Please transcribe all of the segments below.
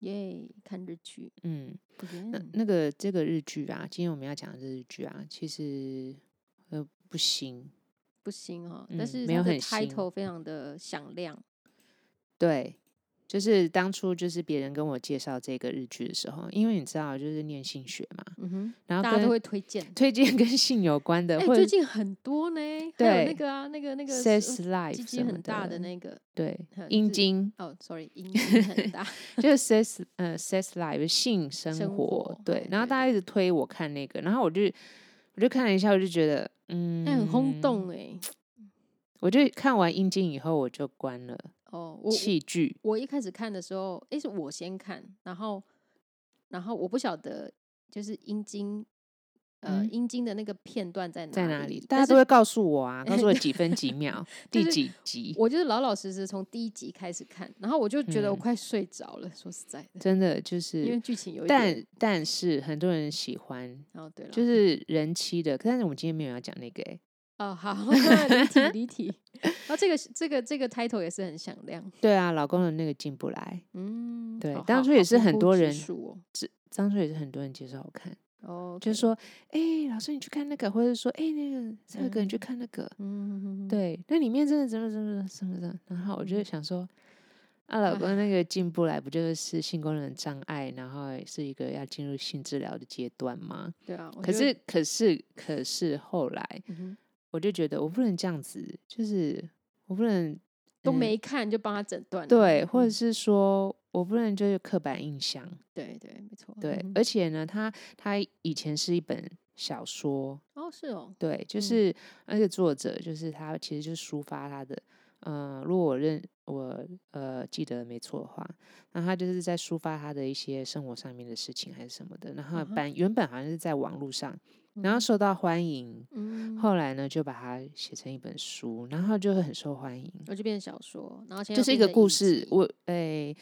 耶！看日剧，嗯，那嗯，那个这个日剧啊，今天我们要讲的这日剧啊，其实呃不行，不行哦，嗯但是没有它的很新 title 非常的响亮，对，就是当初就是别人跟我介绍这个日剧的时候，因为你知道就是念性学嘛，嗯哼，然后大家跟都会推荐。推荐跟性有关的，哎、呃或最者近很多呢，还有那对个啊，那个那个 sex 呃 life 鸡什鸡么很大的那个，对呃阴是茎，哦，sorry，阴茎很 大，就是 sex 呃 sex life 性生活生活对哎，然后对大家一直推我看那个，然后我就我就看了一下，我就觉得嗯，哎、很轰动哎、我就看完阴茎以后我就关了哦，我器具，我一开始看的时候，哎、是我先看，然后然后我不晓得就是阴茎，呃，嗯阴、茎的那个片段在哪在哪里？大但家是都会告诉我啊，告诉我几分 几秒，第就是几集，我就是老老实实从第一集开始看，然后我就觉得我嗯快睡着了，说实在的，真的就因为是。剧情有一点，但但是很多人喜欢，哦对了，就。是人妻的，但是我们今天没有要讲那个、欸，哦，好，离题 离题。然后这个这个这个 title 也是很响亮，对啊，老公的那个进不来，嗯，对好当好初好也是平很铺多直人述当初也是很多人介绍我看，哦，哦，就是说，哎、老师你去看那个，或者说，哎、那个这个你去看那个，嗯，对，那里面真的怎么怎么怎么怎么，然后我就想说，啊，老公那个进不来，不就是性功能障碍，然后是一个要进入性治疗的阶段吗？对啊。我可觉是得，可是可是后来，嗯哼我就觉得我不能这样子，就是我不能都嗯没看就帮他诊断了，对，或者嗯是说我不能就是刻板印象，对对，没错，对，嗯哼而且呢，它它以前是一本小说，哦是哦，对，就嗯是、而且作者就是他，其实就是抒发他的，嗯、如果我认我呃记得没错的话，那他就是在抒发他的一些生活上面的事情还是什么的，然后嗯哼版原本好像是在网络上，然后嗯受到欢迎，嗯，后来呢就把它写成一本书，然后就很受欢迎，我就变成小说，然后现在就又是一变个成故影事集，我诶、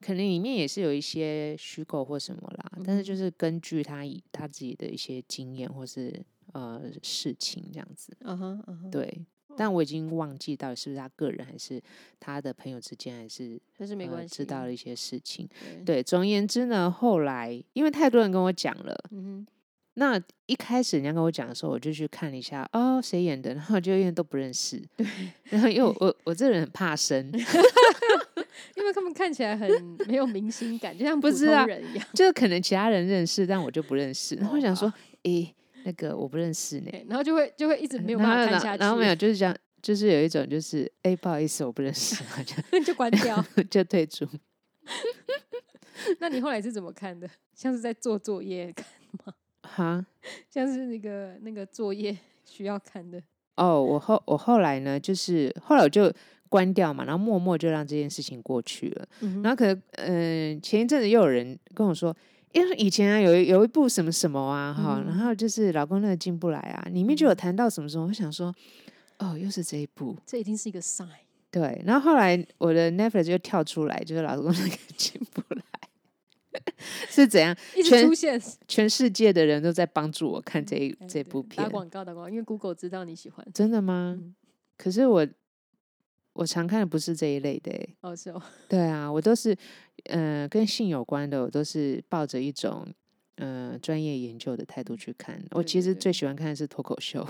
可能里面也是有一些虚构或什么啦，但是嗯就哼是根据他以他自己的一些经验或是呃事情这样子，嗯哼嗯哼，，对。但我已经忘记到底是不是他个人，还是他的朋友之间，还是但是没呃关系，嗯知道了一些事情。对，对，总而言之呢，后来因为太多人跟我讲了，嗯那一开始人家跟我讲的时候，我就去看了一下，哦，谁演的，然后就因为都不认识。对。然后因为 我我我这人很怕生，哼，因为他们看起来很没有明星感，就像不普是通啊人一样，就是可能其他人认识，但我就不认识。然后哦我想说好，诶、那个我不认识呢。对然后就会就会一直没有然办后法看然下后去，然后没有，就是这样，就是有一种就是，诶、不好意思，我不认识，然后就 有，就关掉。就退出。那你后来是怎么看的？像是在做作业 看，哈，像是那个那个作业需要看的，哦，我后我后来呢，就是后来我就关掉嘛，然后默默就让这件事情过去了。然后可能，嗯、前一阵子又有人跟我说，因为以前啊有一有一部什么什么啊，哈、嗯然后就是老公那个进不来啊，里面就有谈到什么什么，我想说，哦，又是这一部，这一定是一个 sign。对。然后后来我的 Netflix 就跳出来，就是老公那个进不来。 是怎样？一直全出现全世界的人都在帮助我看这一哎这对部打片，广告打广告，因为 Google 知道你喜欢真的吗？嗯可是我我常看的不是这一类的、欸，哦，是哦，对啊，我都是呃跟性有关的，我都是抱着一种呃专业研究的态度去看。我对其对实对最喜欢看的是脱口 秀，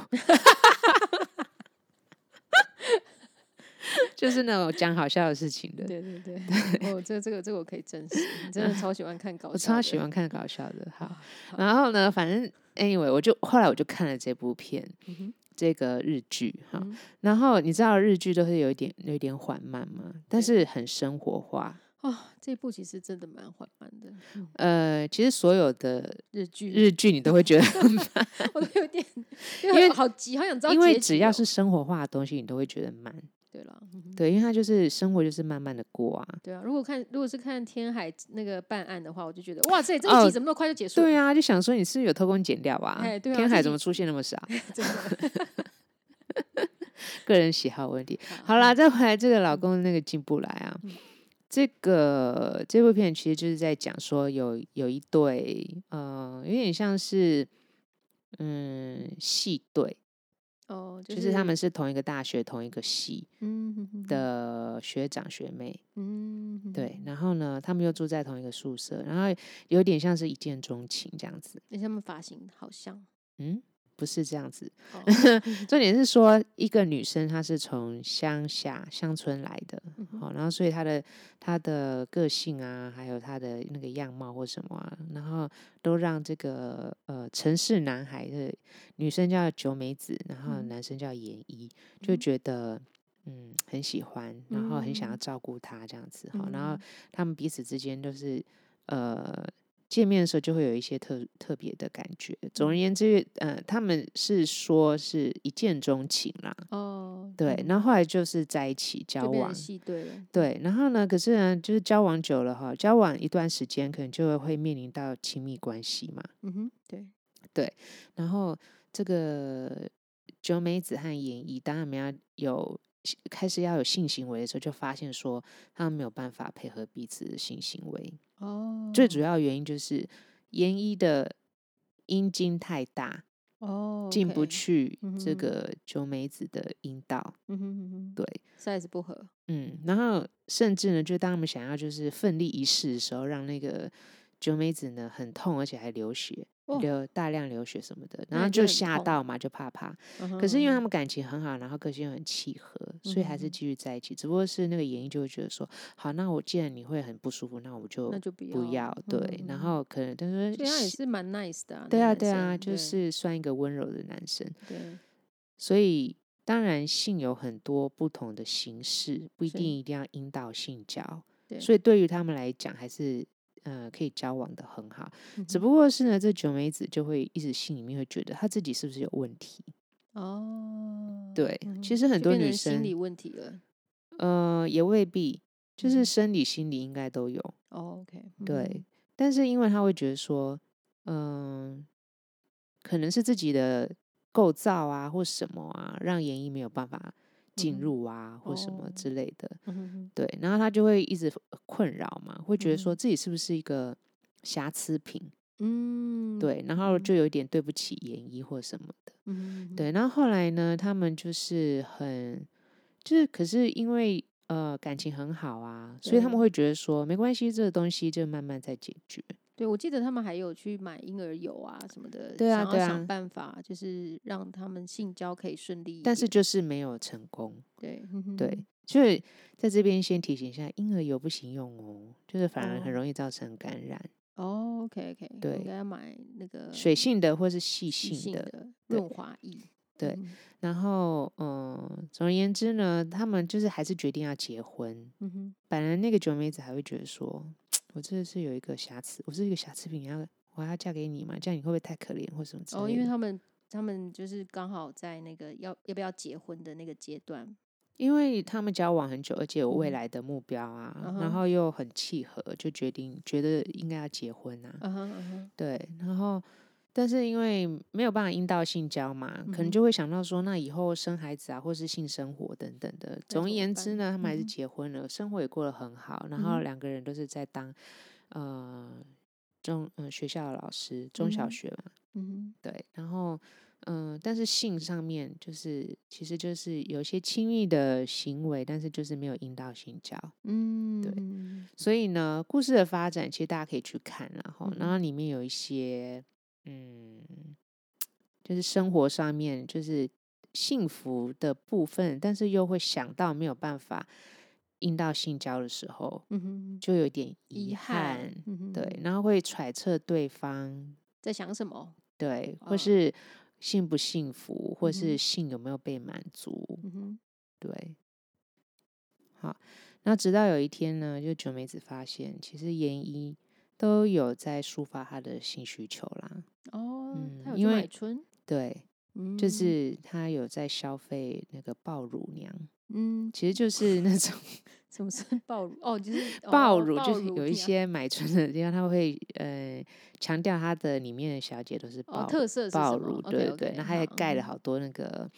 就是那种讲好笑的事情的。对对对，哦，这这个这个我可以证实，你真 的超喜欢看搞笑，我超喜，欢看搞笑的，好好，然后呢，反正 anyway，我就后来我就看了这部片，嗯哼这个日剧哈，嗯然后你知道日剧都是有一点有一点缓慢嘛，但是很生活化。哦，这部其实真的蛮缓慢的，嗯呃，其实所有的日剧，日剧你都会 觉得，我都有点，因 因为好急，好想知道结局哦，嗯因为只要是生活化的东西，你都会觉得慢。对了，对，因为他就是生活就是慢慢的过啊。对啊。如果看如果是看天海那个办案的话，我就觉得哇塞，这哦一集怎么那么快就结束了？对啊，就想说你是不是有偷工减料啊？哎对啊天这海是怎么出现那么少？真的。个人喜好问题。 好啦，再回来这个老公那个进不来啊，嗯这个这部片其实就是在讲说有有一对，呃，有点像是嗯系队，哦，就就是他们是同一个大学同一个系嗯哼哼，的学长学妹，嗯，哼对，，然后呢，他们又住在同一个宿舍，然后有点像是一见钟情这样子，而且他们发型好像。嗯。不是这样子，哦 重点是说一个女生她是从乡下乡村来的，嗯好、然后所以她的她的个性啊，还有她的那个样貌或什么啊，然后都让这个呃城市男孩的女生叫九美子，然后嗯男生叫严一，就觉得嗯很喜欢，然后很想要嗯照顾她这样子，好、然后他们彼此之间都是呃见面的时候就会有一些特特别的感觉。总而言之，呃，他们是说是一见钟情啦，哦，对，嗯然后后来就是在一起交就变往成。戏对了，对，然后呢？可是呢，就是交往久了哈，交往一段时间，可能就会会面临到亲密关系嘛。嗯哼，对，然后这个九美子和演一，当他们要有开始要有性行为的时候，就发现说他们没有办法配合彼此的性行为。哦，最主要原因就是研一的阴茎太大，哦进不 OK，去这嗯哼个九美子的阴道。嗯哼嗯哼，对， ，size 不合，嗯，然后甚至呢，就当他们想要就是奋力一试的时候，让那个九美子呢很痛，而且还流血。哇流大量流血什么的，哦那然后一定就很吓痛到嘛，就怕怕。可可是因为他们感情很好，然后个性又很契合，所以还是嗯继续在一起。只不过是那个演绎就会觉得说，好，那我既然你会很不舒服，那我就那就不不要嗯要。对，然后可能但是对他也喜是蛮 nice 的啊，对那啊，男对啊，生就对是算一个温柔的男生。对，所以当然性有很多不同的形式，不一是定一定要引导性交。对所以对于他们来讲，还是呃可以交往的很好。嗯只哼不过是呢，这九美子就会一直心里面会觉得她自己是不是有问题？哦，对，嗯其哼实很就多变女成心理生问题了。呃也未必，就是嗯生理、心理应该都有。哦，OK，对，但是因为他会觉得说，嗯、可能是自己的构造啊，或什么啊，让演绎没有办法嗯进哼入啊，或什么哦之类的。嗯哼哼，对，然后他就会一直呃困扰嘛，会觉得说嗯自己是不是一个瑕疵品？嗯，对，然后嗯就有一点对不起演绎或什么的。嗯哼，对，然后后来呢，他们就是很，就是可是因为呃感情很好啊，所以他们对会觉得说没关系，这个东西就慢慢再解决。对，我记得他们还有去买婴儿油啊什么的，对想啊要对啊想办法就是让他们性交可以顺利一点。但是就是没有成功。对嗯哼对，所以在这边先提醒一下，婴儿油不行用哦，就是反而很哦容易造成感染，哦，OK OK，对应该要买那个水性的或是细呃细性的。的对润滑液。对嗯哼然后，嗯，总而言之呢，他们就是还是决定要结婚。嗯哼，本来那个九妹子还会觉得说，我真的是有一个瑕疵，我是一个瑕疵品，你要我还要嫁给你嘛？这样你会不会太可怜或什么之类的？哦，因为他们他们就是刚好在那个要要不要结婚的那个阶段，因为他们交往很久，而且有未嗯来的目标啊，嗯然哼后又很契合，就决定觉得应该要结婚啊。嗯哼嗯哼，对，然后但是因为没有办法阴道性交嘛，嗯可能哼就会想到说，那以后生孩子啊，或是性生活等等的。怎总而么言之办呢，他们还是嗯哼结婚了，生活也过得很好，然嗯后哼两个人都是在当呃中呃学校的老师，中小嗯学嘛，嗯哼，对，然后。嗯，但是性上面就是，其实就是有一些亲密的行为，但是就是没有阴道性交。嗯，对嗯所以呢，故事的发展其实大家可以去看啦，然后、嗯然后里面有一些，嗯，就是生活上面就是幸福的部分，但是又会想到没有办法应到性交的时候，嗯哼，就有点遗遗憾，嗯哼，对，，然后会揣测对方，在想什么？对，或哦是幸不幸福，或嗯是哼性有没有被满足，嗯哼，对，好，那直到有一天呢，就九美子发现，其实研一都有在抒发他的性需求啦。哦，他有嗯因去为买春，对，嗯，就是他有在消费那个爆乳娘，嗯，其实就是那 种什么是暴乳？哦，就是爆哦乳，暴就是有一娘些买春的地方，他会呃强调它的里面的小姐都是哦爆特色是什爆么乳， OK，对对 OK，对，那它也好盖了嗯好多那个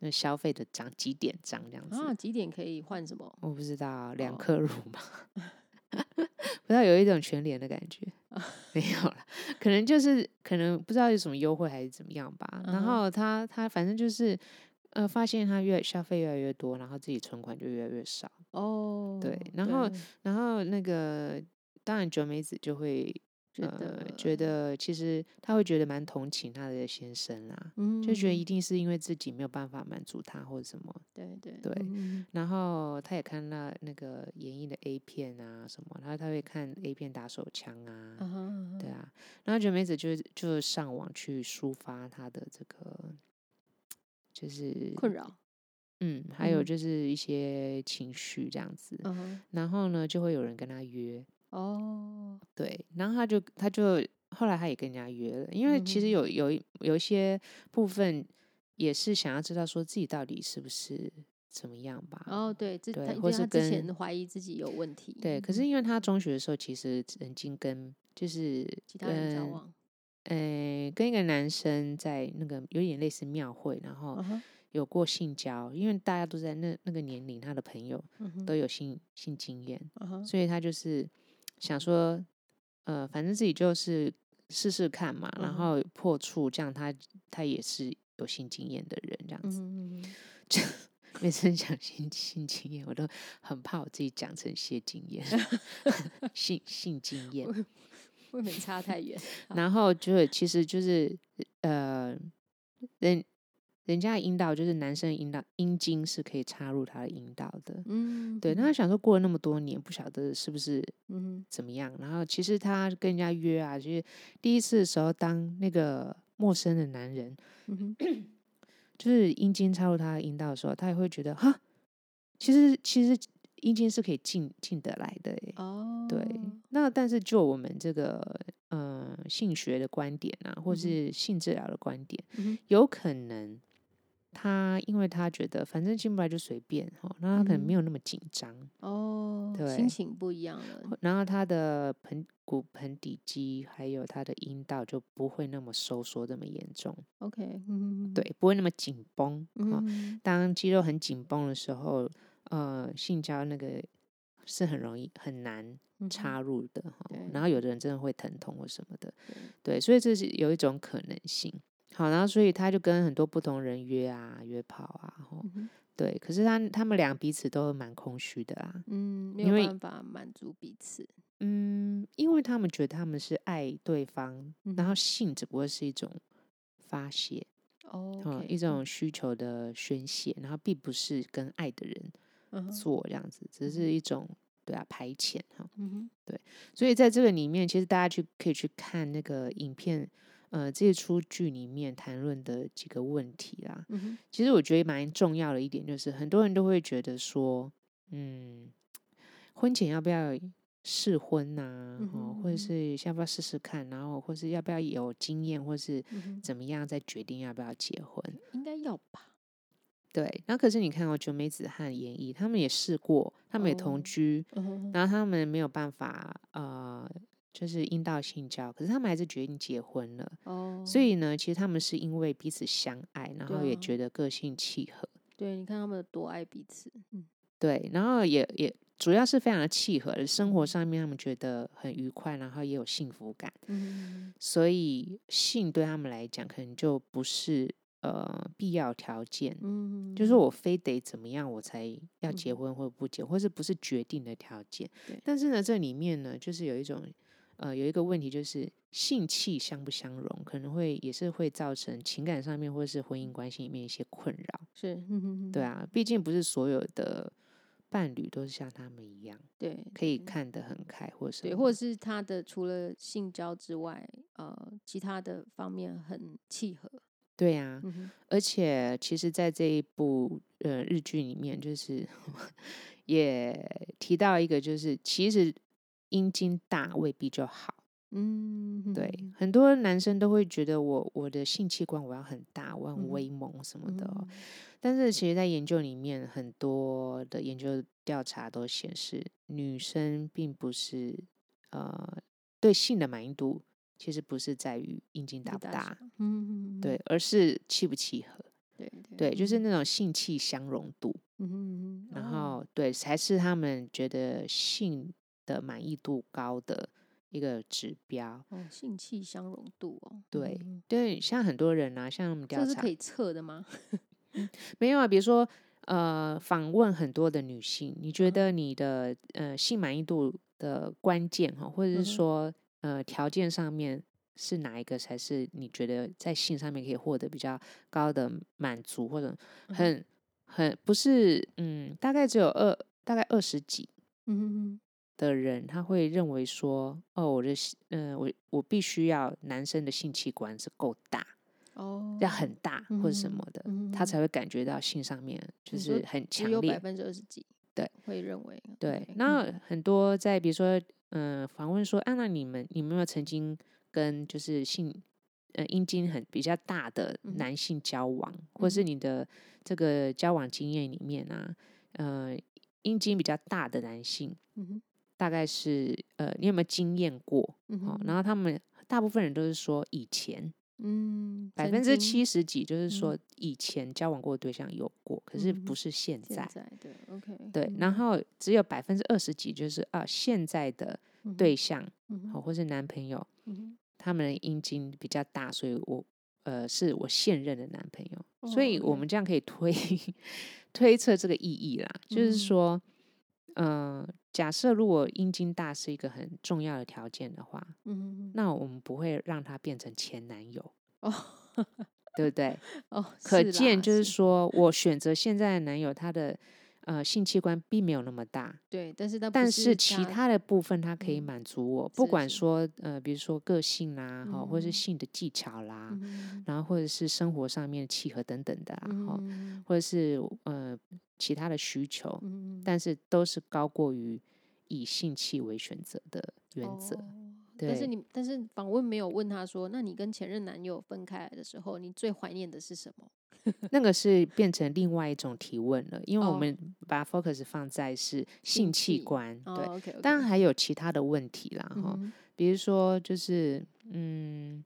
那消费的章几点章这样子，啊，几点可以换什么？我不知道两哦克乳嘛， 不知道有一种全脸的感 觉，没有了，可能就是可能不知道有什么优惠还是怎么样吧。嗯然哼后他他反正就是呃，发现他越消费越来越多，然后自己存款就越来越少，哦，对然后对然后那个当然九美子就会觉呃得觉得其实他会觉得蛮同情他的先生啦，嗯就觉得一定是因为自己没有办法满足他或者什么，对对对嗯然后他也看到那个演艺的 A 片啊什么，然后他会看 A 片打手枪啊，啊哈啊对哈啊，然后九妹子就就上网去抒发她的这个就是困扰，嗯，还有嗯就是一些情绪这样子，嗯哼然后呢就会有人跟她约，哦，对，然后他就他就后来他也跟人家约了，因为嗯其实哼有有一有一些部分也是想要知道说自己到底是不是怎么样吧，哦，对，这对他因或为是他之前跟怀疑自己有问题，嗯对，可是因为他中学的时候其实曾经跟就是其他人交嗯往，呃跟一个男生在那个有点类似庙会，然啊后哈有过性交，因为大家都在那那个年龄，他的朋友嗯哼都有性性经验，啊哈所以他就是想说，呃，反正自己就是试试看嘛，然嗯后破处，这样他他也是有性经验的人，这样嗯子。哼嗯哼嗯每次讲性 性经验，我都很怕我自己讲成谢经验， 性性经验。未免差太 远，然后就是，其实就是，呃，人人家的阴道就是男生的阴道阴茎是可以插入他的阴道的，嗯，对。那他想说过了那么多年，不晓得是不是嗯怎么样。然后其实他跟人家约啊，就是第一次的时候，当那个陌生的男人哼嗯就是阴茎插入他的阴道的时候，他也会觉得哈，其实其实阴茎是可以进进得来的耶、哼哦，对，那但是就我们这个呃性学的观点啊，嗯或哼是性治疗的观点，嗯哼有可能他因为他觉得反正进不来就随便哈，那他可能没嗯有那么紧张，哦，对心情不一样了，然后他的盆骨盆底肌还有他的阴道就不会那么收缩这么严重， OK，嗯哼，嗯哼，对，不会那么紧绷哈。嗯当肌肉很紧绷的时候，呃，性交那个是很容易很难哼，插入的哈嗯对。然后有的人真的会疼痛或什么的，对对，所以这是有一种可能性。好，然后所以他就跟很多不同人约啊、约炮啊，吼嗯哼对。可是他他们俩彼此都蛮空虚的啦，嗯，没因有为办法满足彼此，嗯，因为他们觉得他们是爱对方，然后嗯性只不过是一种发泄，哦哈， ，OK，呃一种需求的宣泄，然后并不是跟爱的人嗯哼做这样子，只是一种对啊排遣哈。嗯哼，所以在这个里面，其实大家去可以去看那个影片，呃，这出剧里面谈论的几个问题啦。嗯哼，其实我觉得蛮重要的一点就是，很多人都会觉得说，嗯，婚前要不要试婚呐、嗯哦哼，或者嗯哼是要不要试试看，然后或是要不要有经验，或是嗯哼怎么样再决定要不要结婚。应该要吧，对，那可是你看哦，九美子和严艺他们也试过，他们也哦同居，嗯哼然后他们没有办法，呃，就是阴道性交，可是他们还是决定结婚了。哦，所以呢，其实他们是因为彼此相爱，然对后也啊觉得个性契合，对，你看他们多爱彼此，嗯对，然后也也主要是非常的契合，生活上面他们觉得很愉快，然后也有幸福感，嗯所以性对他们来讲，可能就不是呃必要条件。嗯，就是我非得怎么样我才要嗯结婚或不结，或是不是决定的条件对。但是呢，这里面呢，就是有一种呃有一个问题，就是性气相不相容，可能会也是会造成情感上面或是婚嗯姻关系里面一些困扰。是，嗯哼对哼啊，毕竟不是所有的伴侣都是像他们一样对可以嗯看得很开，或什嗯对，么或者是他的除了性交之外，呃，其他的方面很契合，对啊，嗯哼，而且其实，在这一部呃日剧里面，就是也提到一个，就是其实阴茎大未必就好，嗯，对，很多男生都会觉得我我的性器官我要很大，我嗯很威猛什么的哦、嗯但是其实，在研究里面，很多的研究调查都显示，女生并不是呃对性的满意度，其实不是在于阴茎大不不大大，小嗯，对，而是契不契合。对对，就是嗯那种性气相容度，嗯，然哦后对，才是他们觉得性的满意度高的一个指标。哦，性器相容度哦，对嗯，对，像很多人啊，像我们调这是查可以测的吗？没有啊，比如说呃，访问很多的女性，你嗯觉得你的呃性满意度的关键哈，或者嗯是哼说呃条件上面是哪一个才是你觉得在性上面可以获得比较高的满足，或者嗯很很不是嗯，大概只有二大概二十几 嗯，的人，他会认为说哦，我的性呃我我必须要男生的性器官是够大。哦，要很大或者什嗯么的，他才会感觉到性上面就你说是很只强有百烈。分之二十几，对，会认为对 OK，，那嗯很多在比如说，嗯，访问说，啊，那你们你们有没有曾经跟就是性，呃，阴茎很比较大的嗯哼嗯男性交往，或是你的这个交往经验里面啊，呃，阴茎比较大的男性，嗯哼大概是呃，你有没有经验过？嗯哦，哼然后他们大部分人都是说以前，嗯，百分曾之经七十几，就是嗯说以前交往过的对象有过，可是嗯哼不是现在。现在对 OK，嗯对，然后只有百分之二十几，就是啊，现在的嗯对，象、嗯哼哦、或是男朋友，嗯哼他们的阴茎比较大，所以我呃是我现任的男朋友，所以哦我，OK 们这样可以推 推测这个意义啦，就是嗯说，呃，假设如果阴茎大是一个很重要的条件的话，嗯哼，那我们不会让他变成前男友，哦对不对？ 哦，可是见啦就是是说我选择现在的男友，他的呃性器官并没有那么大，对，但是但是是其他的部分它可以嗯满足我，不是管是说呃比如说个性啦，哈、或嗯是性的技巧啦，嗯然后或者是生活上面的契合等等的啦，哈、嗯或者是呃其他的需求，嗯但是都是高过于以性器为选择的原则。哦但是对你，但是访问没有问他说，那你跟前任男友分开来的时候，你最怀念的是什么？那个是变成另外一种提问了，因为我哦们把 focus 放在是性性器器官，对。哦，OK，当然还有其他的问题啦，哈、嗯哼比如说就是嗯，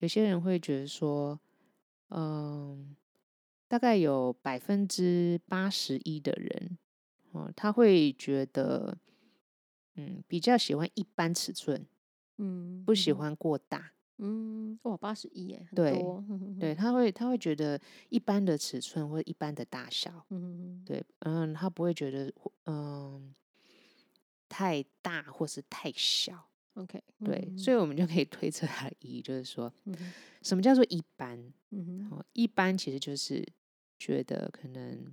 有些人会觉得说，嗯，大概有百分之八十一的人，哦，他会觉得，嗯，比较喜欢一般尺寸，嗯，不喜嗯哼，欢过大，嗯，哇，八十一耶，很对多，嗯哼对，，他会他会觉得一般的尺寸或一般的大小，嗯哼，对，嗯，他不会觉得嗯太大或是太小， ，OK，对，嗯所以我们就可以推测它的意义，就是说嗯哼什么叫做一般？嗯哼，哦，一般其实就是觉得可能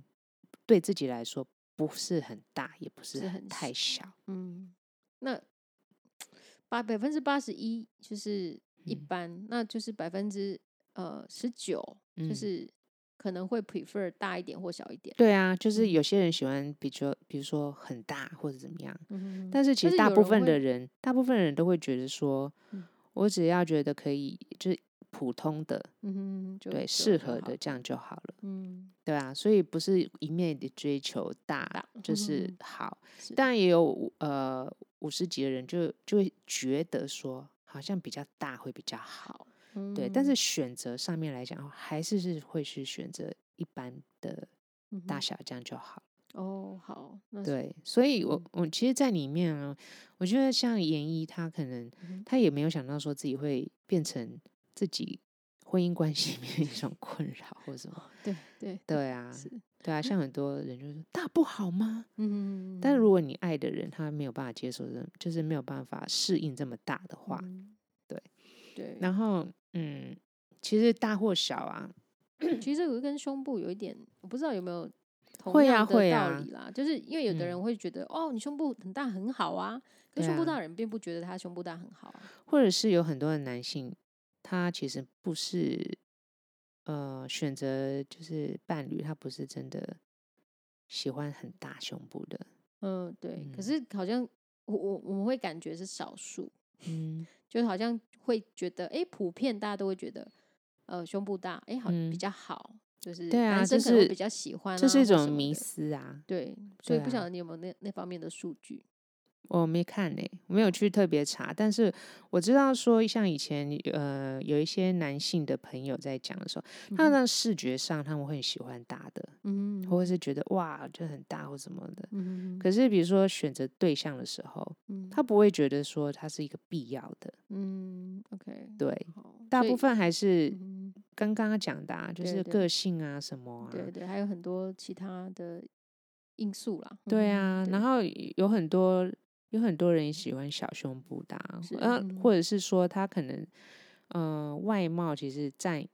对自己来说不是很大，也不是是很很太小，嗯，那八百分之八十一就是一嗯般，那就是百分之呃十九，就嗯是可能会 prefer 大一点或小一点。对啊，就嗯是有些人喜欢比较，比如说很大或者怎么样，嗯哼但是其但实是大有部人分会的人，大部分人都会觉得说嗯，我只要觉得可以，就是普通的，嗯哼，就对，就适就合好的，这样就好了。嗯，对啊，所以不是一面的追求大，大嗯就是好，是当然也有五呃五十几的人就就会觉得说，好像比较大会比较好，好，对。但是嗯选择上面来讲，还是是会是选择一般的嗯大哼小，这样就好。哦，好，那是对，所以我嗯我其实，在里面啊，我觉得像严一，他可能嗯哼他也没有想到说自己会变成自己婚姻关系里面一种困扰或什么。对对对啊，是，对啊，像很多人就说大不好吗？嗯，但如果你爱的人他没有办法接受这，就是没有办法适应这么大的话，嗯对对，然后嗯，其实大或小啊，其实这个跟胸部有一点，我不知道有没有同会样啊的会道啊理啦。就是因为有的人会觉得，哦，你胸部很大很好啊，可对胸部啊大的人并不觉得他胸部大很好啊。或者是有很多的男性，他其实不是呃选择就是伴侣，他不是真的喜欢很大胸部的，嗯，对。可嗯是好像我我我们会感觉是少数，嗯，就是好像会觉得，哎、普遍大家都会觉得，呃，胸部大，哎、好、嗯比较好，就是对啊男生这可能会是比较喜欢、啊，这是一或什种么迷的思啊。对，所以对不晓啊得你有没有那那方面的数据？我没看呢、我没有去特别查，但是我知道说，像以前呃有一些男性的朋友在讲的时候，他们在视觉上他们会很喜欢大的，嗯或者是觉得哇就很大或什么的。嗯可是比如说选择对象的时候，嗯他不会觉得说它是一个必要的，嗯，OK，对，好，大哦所部以分还是嗯刚刚讲的、啊，就对是对个性啊什么啊，对对，还有很多其他的因素啦。对嗯啊，对然后有很多有很多人喜欢小胸部的、啊是，呃嗯，或者是说他可能，呃，外貌其实占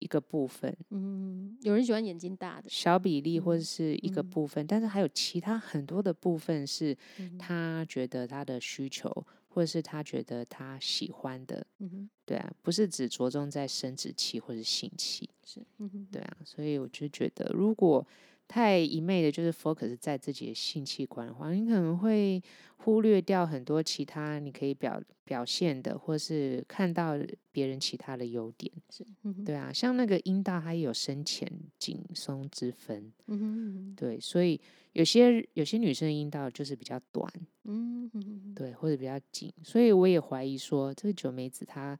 一个部分，嗯，有人喜欢眼睛大的，小比例或者嗯是一个嗯部分，但是还有其他很多的部分是嗯哼他觉得他的需求，或者是他觉得他喜欢的，嗯哼，对啊，不是只着重在生殖器或者性器，是，嗯哼，对啊，所以我就觉得，如果太一昧的就是 focus 在自己的性器官的话，你可能会忽略掉很多其他你可以表表现的，或是看到别人其他的优点。是，嗯哼，对啊，像那个阴道，它也有深浅紧松之分。嗯哼，对，所以有些有些女生的阴道就是比较短，嗯哼，嗯哼，对，或者比较紧，所以我也怀疑说，这个九梅子她，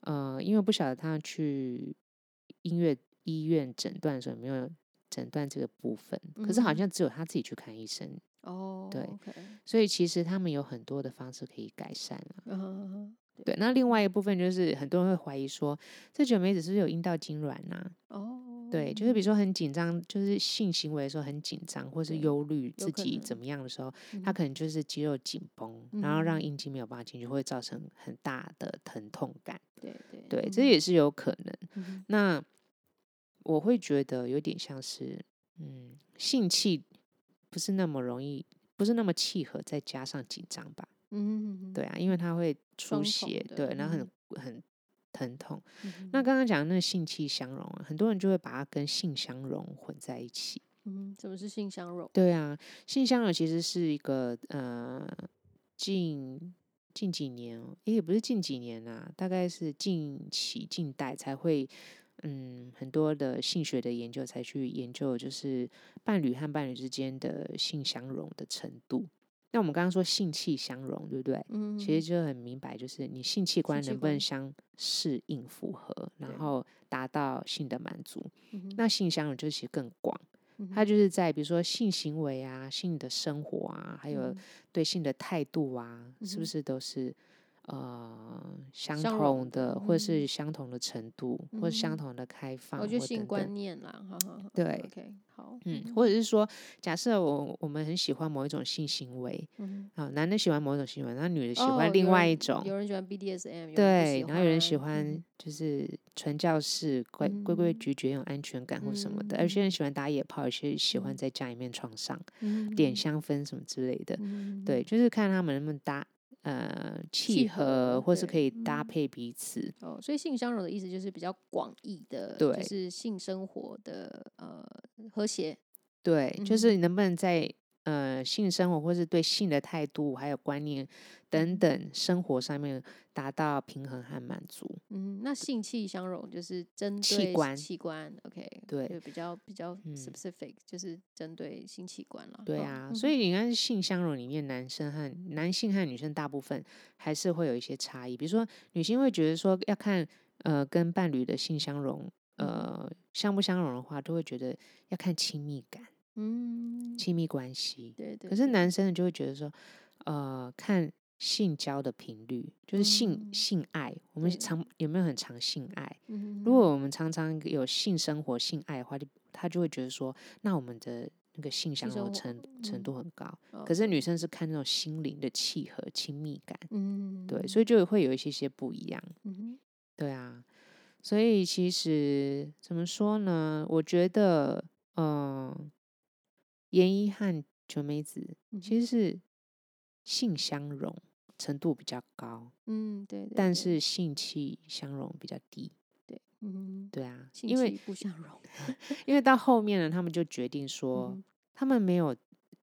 呃，因为不晓得她去音乐医院诊断的时候有没有诊断这个部分，可是好嗯像只有她自己去看医生，哦，对，OK，所以其实他们有很多的方式可以改善啊。嗯哼哼对，那另外一部分就是很多人会怀疑说，这九梅子是不是有阴道痉挛呐？哦，对，就是比如说很紧张，就是性行为的时候很紧张，或对是忧虑有自可己能怎么样的时候，嗯它可能就是肌肉紧绷，然后让阴茎没有办法进去，会造成很大的疼痛感。对对对，这也是有可能。嗯哼那我会觉得有点像是，嗯，性器不是那么容易，不是那么契合，再加上紧张吧。嗯哼，对啊，因为它会双出重血，的对，然后嗯很很疼痛。嗯哼，那刚刚讲的那个性器相容啊，很多人就会把它跟性相容混在一起。嗯哼，什么是性相容？对啊，性相容其实是一个呃，近近几年哦，诶也不是近几年啊，大概是近期近代才会，嗯，很多的性学的研究才去研究，就是伴侣和伴侣之间的性相容的程度。那我们刚刚说性气相容，对不对？嗯，其实就很明白，就是你性器官器能不能官相适应符合，对然后达到性的满足。嗯哼那性相容就其实更广，嗯它就是在比如说性行为啊、性的生活啊，还有嗯对性的态度啊，是嗯哼不是都是呃相相容同的的，或嗯是相同的程度，或是相同的开放，我觉得或性等观等念啦，哈哈哈对，OK，好，嗯，或者是说，假设我我们很喜欢某一种性行为嗯啊，男的喜欢某种性行为，然后女的喜欢哦另有外人一种，有人喜欢 BDSM，对，然后有人喜嗯欢就是传教士规规规嗯矩矩有安全感或什么的，有些人喜欢打野炮，有些人喜欢在家里面床上嗯点香氛什么之类的，嗯对，就是看他们能不能搭呃契契合合，或是对可以搭嗯配彼此。哦，所以性相容的意思就是比较广义的，对就是性生活的呃和谐，对，就嗯是能不能在呃性生活或是对性的态度还有观念嗯等等生活上面达到平衡和满足。嗯，那性器相容就是针器对官器官，OK，对就比较比较嗯 specific，、就是针对性器官了，对哦啊，嗯所以你看性相容里面，男生和男性和女生大部分还是会有一些差异。比如说，女性会觉得说要看呃跟伴侣的性相容，嗯呃相不相容的话，都会觉得要看亲密感、嗯，亲密关系。对对，可是对男生就会觉得说，呃，看性交的频率，就是性、嗯性爱，我们对常有没有很常性爱？嗯如果我们常常有性生活、性爱的话，就他就会觉得说，那我们的那个性相生容活程程嗯度很高。哦可是女生是看那种心灵的契合、亲密感，嗯，对，所以就会有一些些不一样。嗯哼对啊，所以其实怎么说呢？我觉得，嗯、严一和九美子嗯其实是性相容程度比较高，嗯，对，对但对是性气相容比较低。对，嗯，对啊，性因为器不相容，因为到后面呢，他们就决定说，嗯他们没有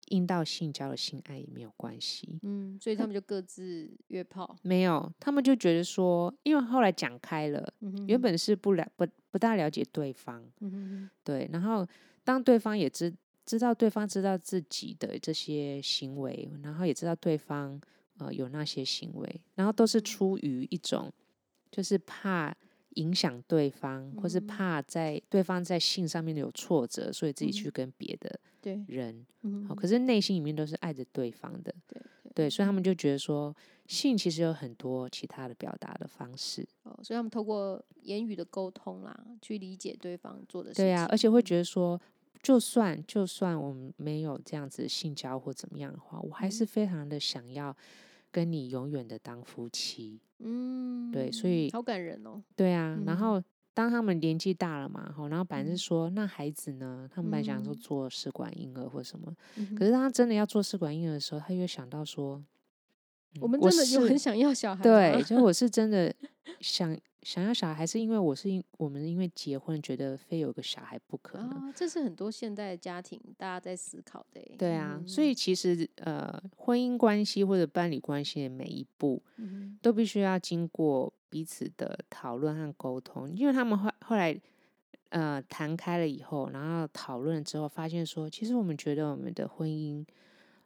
阴道性交的性爱也没有关系。嗯，所以他们就各自约炮。没有，他们就觉得说，因为后来讲开了，嗯哼原本是不了不不大了解对方，嗯哼对，然后当对方也知知道对方知道自己的这些行为，然后也知道对方呃有那些行为，然后都嗯是出于一种就是怕影响对方，或是嗯怕在对方在性上面有挫折，所以自己嗯去跟别的对，人，嗯好、哼可是内心里面都是爱着对方的，对对对，所以他们就觉得说，性其实有很多其他的表达的方式，哦，所以他们透过言语的沟通啦，去理解对方做的事情。嗯对啊，而且会觉得说，就算就算我们没有这样子性交或怎么样的话，我嗯还是非常的想要跟你永远的当夫妻。嗯，对所以好感人哦。对啊，嗯然后当他们年纪大了嘛，吼，然后本来嗯是说、那孩子呢，他们本来想说嗯做试管婴儿或什么，嗯可哼是当他真的要做试管婴儿的时候，他又想 到说，嗯我们真的是有很想要小孩吗，对，就我是真的想想要小孩，还是因为我是因我们因为结婚觉得非有个小孩不可呢？啊，这是很多现代家庭大家在思考的欸。对啊，嗯所以其实呃，婚姻关系或者伴侣关系的每一步，嗯都必须要经过彼此的讨论和沟通，因为他们后后来呃谈开了以后，然后讨论了之后，发现说，其实我们觉得我们的婚姻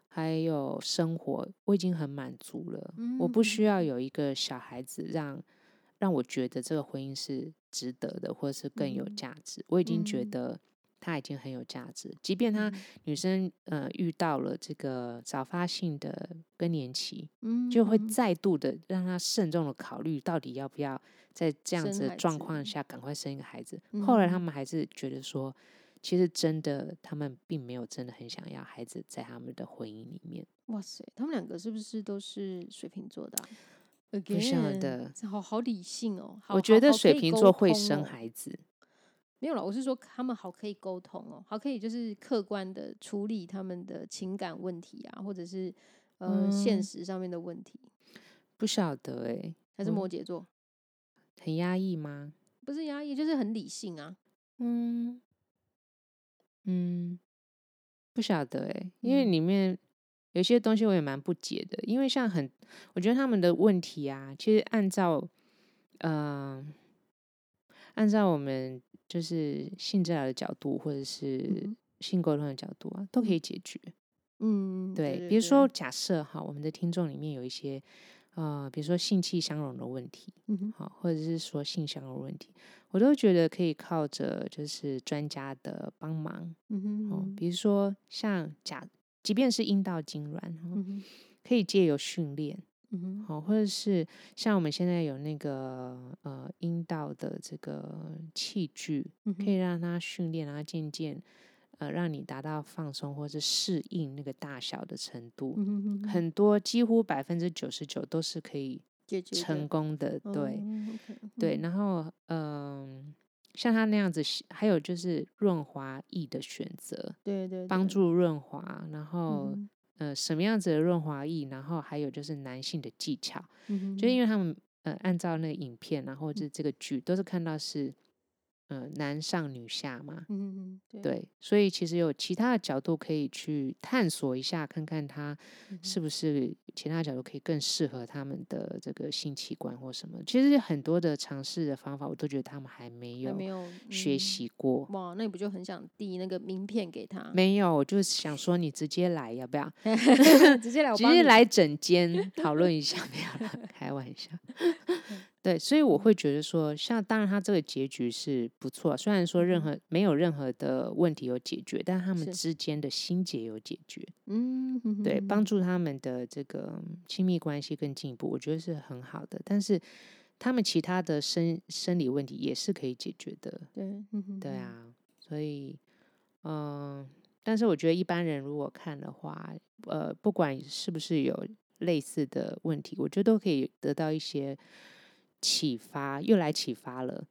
还有生活，我已经很满足了，我不需嗯要有一个小孩子让让我觉得这个婚姻是值得的，或者是更有嗯价值，我已经觉嗯得。它已经很有价值，即便她嗯女生呃遇到了这个早发性的更年期，嗯就会嗯再度的让他慎重的考虑，到底要不要在这样生子的孩状子况下赶快生一个孩子。后来他嗯们还是觉得说，其实真的他们并没有真的很想要孩子在他们的婚姻里面。哇塞，他们两个是不是都是水瓶座的啊、不晓 Again，得这好好理性哦。好我觉得好好可以水瓶沟座会通生哦孩子，没有了，我是说他们好可以沟通哦，好可以就是客观的处理他们的情感问题啊，或者是呃、现嗯实上面的问题。不晓得哎、还是嗯摩羯座，很压抑吗？不是压抑，就是很理性啊。嗯嗯，不晓得哎、因为嗯里面有些东西我也蛮不解的，因为像很，我觉得他们的问题啊，其实按照呃，按照我们就是性治疗的角度，或者是嗯性沟通的角度啊，都可以解决。嗯，对，对比如说，假设哈，我们的听众里面有一些呃，比如说性气相容的问题，嗯哼，好，或者是说性相容问题，我都觉得可以靠着就是专家的帮忙嗯哼，哦，比如说像假，即便是阴道痉挛，哦嗯哼，可以借由训练，嗯哼，好，或者是像我们现在有那个呃阴道的这个器具，嗯可以让它训练，然后渐渐呃让你达到放松或是适应那个大小的程度。嗯哼，嗯哼很多几乎百分之九十九都是可以解决的成功的，哦对， ，OK，对，嗯然后嗯，像他那样子洗，还有就是润滑液的选择，对对，帮对助润滑，然后、嗯呃什么样子的润滑液，然后还有就是男性的技巧，哼嗯就是哼因为他们呃按照那个影片，然后就是这个剧都是看到是呃男上女下嘛，嗯哼嗯哼，对，所以其实有其他的角度可以去探索一下，看看他嗯是不是其他角度可以更适合他们的这个性器官或什么。其实很多的尝试的方法，我都觉得他们还没还有没有学嗯习过。哇，那你不就很想递那个名片给他？没有，我就想说你直接来要不要？ 直接来，我直帮接你，来整 间讨论一下，没有啦，开玩笑。嗯对，所以我会觉得说，像当然他这个结局是不错，啊虽然说任何没有任何的问题有解决，但他嗯们是之间的心结有解决，嗯，哼对，哼帮助他们的这个亲密关系更进一步，我觉得是很好的。但是他们其他的生生理问题也是可以解决的，对，嗯哼对哼，啊，所以，嗯，但是我觉得一般人如果看的话，呃，不管是不是有类似的问题，我觉得都可以得到一些启发，又来启发了。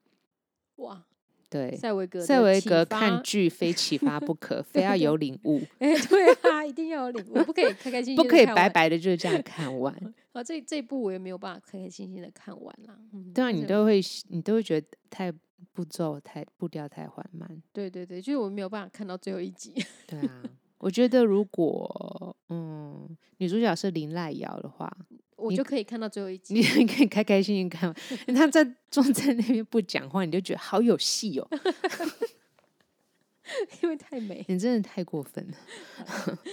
哇，对，塞维格的启发，塞维格看剧非启发不可，非要有领悟， 哎，对啊，一定要有领悟，不可以开开心心， 不可以白。白的就这样看完。啊，这这一部我也没有办法开开心心的看完啦。嗯，对啊，但你是都会你都会觉得太步骤太步调太缓慢。对对对，就是我没有办法看到最后一集。对啊，我觉得如果嗯女主角是林濑瑶的话， 我你就可以看到最后一你集。也可以开开心心看完。她在坐在那边不讲话，你就觉得好有戏哦，因为太 美。你真的太过分了。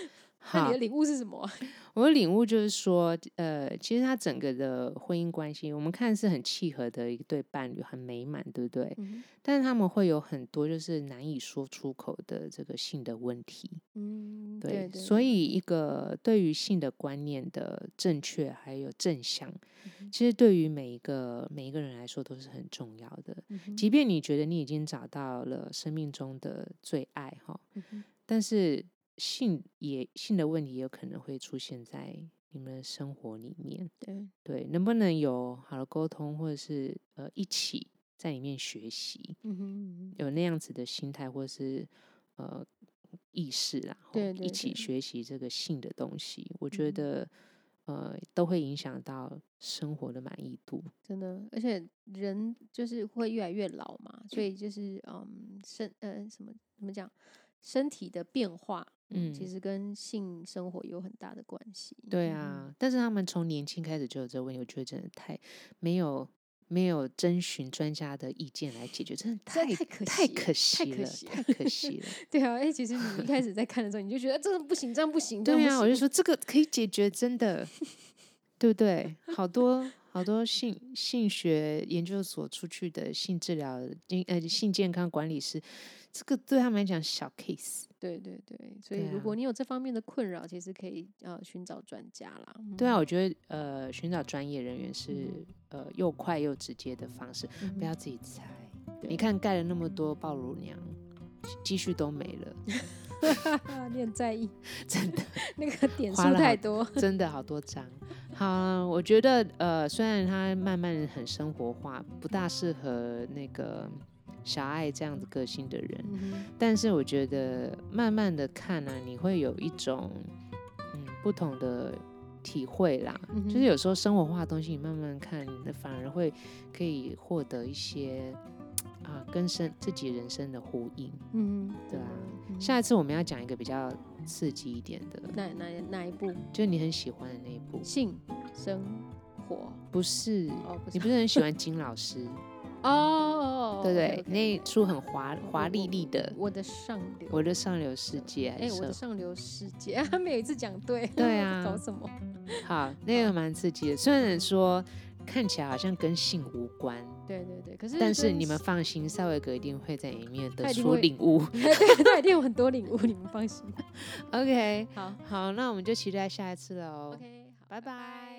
那好你的，领悟是什么啊？我的领悟就是说，呃，其实他整个的婚姻关系，我们看是很契合的一对伴侣，很美满，对不对？嗯但是他们会有很多就是难以说出口的这个性的问题，嗯，对，对，所以一个对于性的观念的正确还有正向，嗯其实对于每一个每一个人来说都是很重要的。嗯哼即便你觉得你已经找到了生命中的最爱哈，嗯但是性也性的问题也有可能会出现在你们的生活里面。对，嗯对，能不能有好的沟通，或者是呃一起在里面学习，嗯哼嗯有那样子的心态，或是呃意识啦，吼对对一起对学习这个性的东西，我觉得、呃都会影响到生活的满意度。哼，真的，而且人就是会越来越老嘛，所以就是嗯，身呃什么怎么讲，身体的变化，嗯，其实跟性生活有很大的关系。对嗯哼啊，但是他们从年轻开始就有这个问题，我觉得真的太没有没有征询专家的意见来解决，真的这太太可太惜可了太可惜了，惜太可惜了。对啊，哎、其实你一开始在看的时候，你就觉得、啊这个不行，这样不行，这样对不啊，我就行说这个可以解决，真的，对不对？好多好多性性学研究所出去的性治疗、性呃性健康管理师，这个对他们来讲小 case。 对对对，所以对如啊果你有这方面的困扰，其实可以呃寻找专家啦。嗯对啊，我觉得呃寻找专业人员是呃又快又直接的方式，不嗯要自己猜。你看盖了那么多爆乳娘，积蓄都没了，你很在意 真的。 那个点数花了好太多，真的好多张。好，我觉得呃，虽然它慢慢很生活化，不大适合那个小爱这样子个性的人，嗯但是我觉得慢慢的看呢、你会有一种嗯不同的体会啦。嗯哼就是有时候生活化的东西，你慢慢看，你反而会可以获得一些啊、跟生自己人生的呼应。嗯，对啊真的，下一次我们要讲一个比较刺激一点的，哪哪哪一部就是你很喜欢的那一部，性生活？不是？哦，不是你不是很喜欢金老师，哦，对不对 OK，OK，那出很华华丽丽的《我的上流，我的上流世界》还哎，是我什的么？上流世界， 啊，每一次讲对，对啊搞什么？嗯好，那个蛮刺激的。虽然说看起来好像跟性无关，对对对，可是但是嗯跟你们放心，赛维格一定会在里面他得一定出会领悟。 对，他一定有很多领悟，你们放心。 OK，好 好，那我们就期待下一次喽。 ，OK，好，拜拜。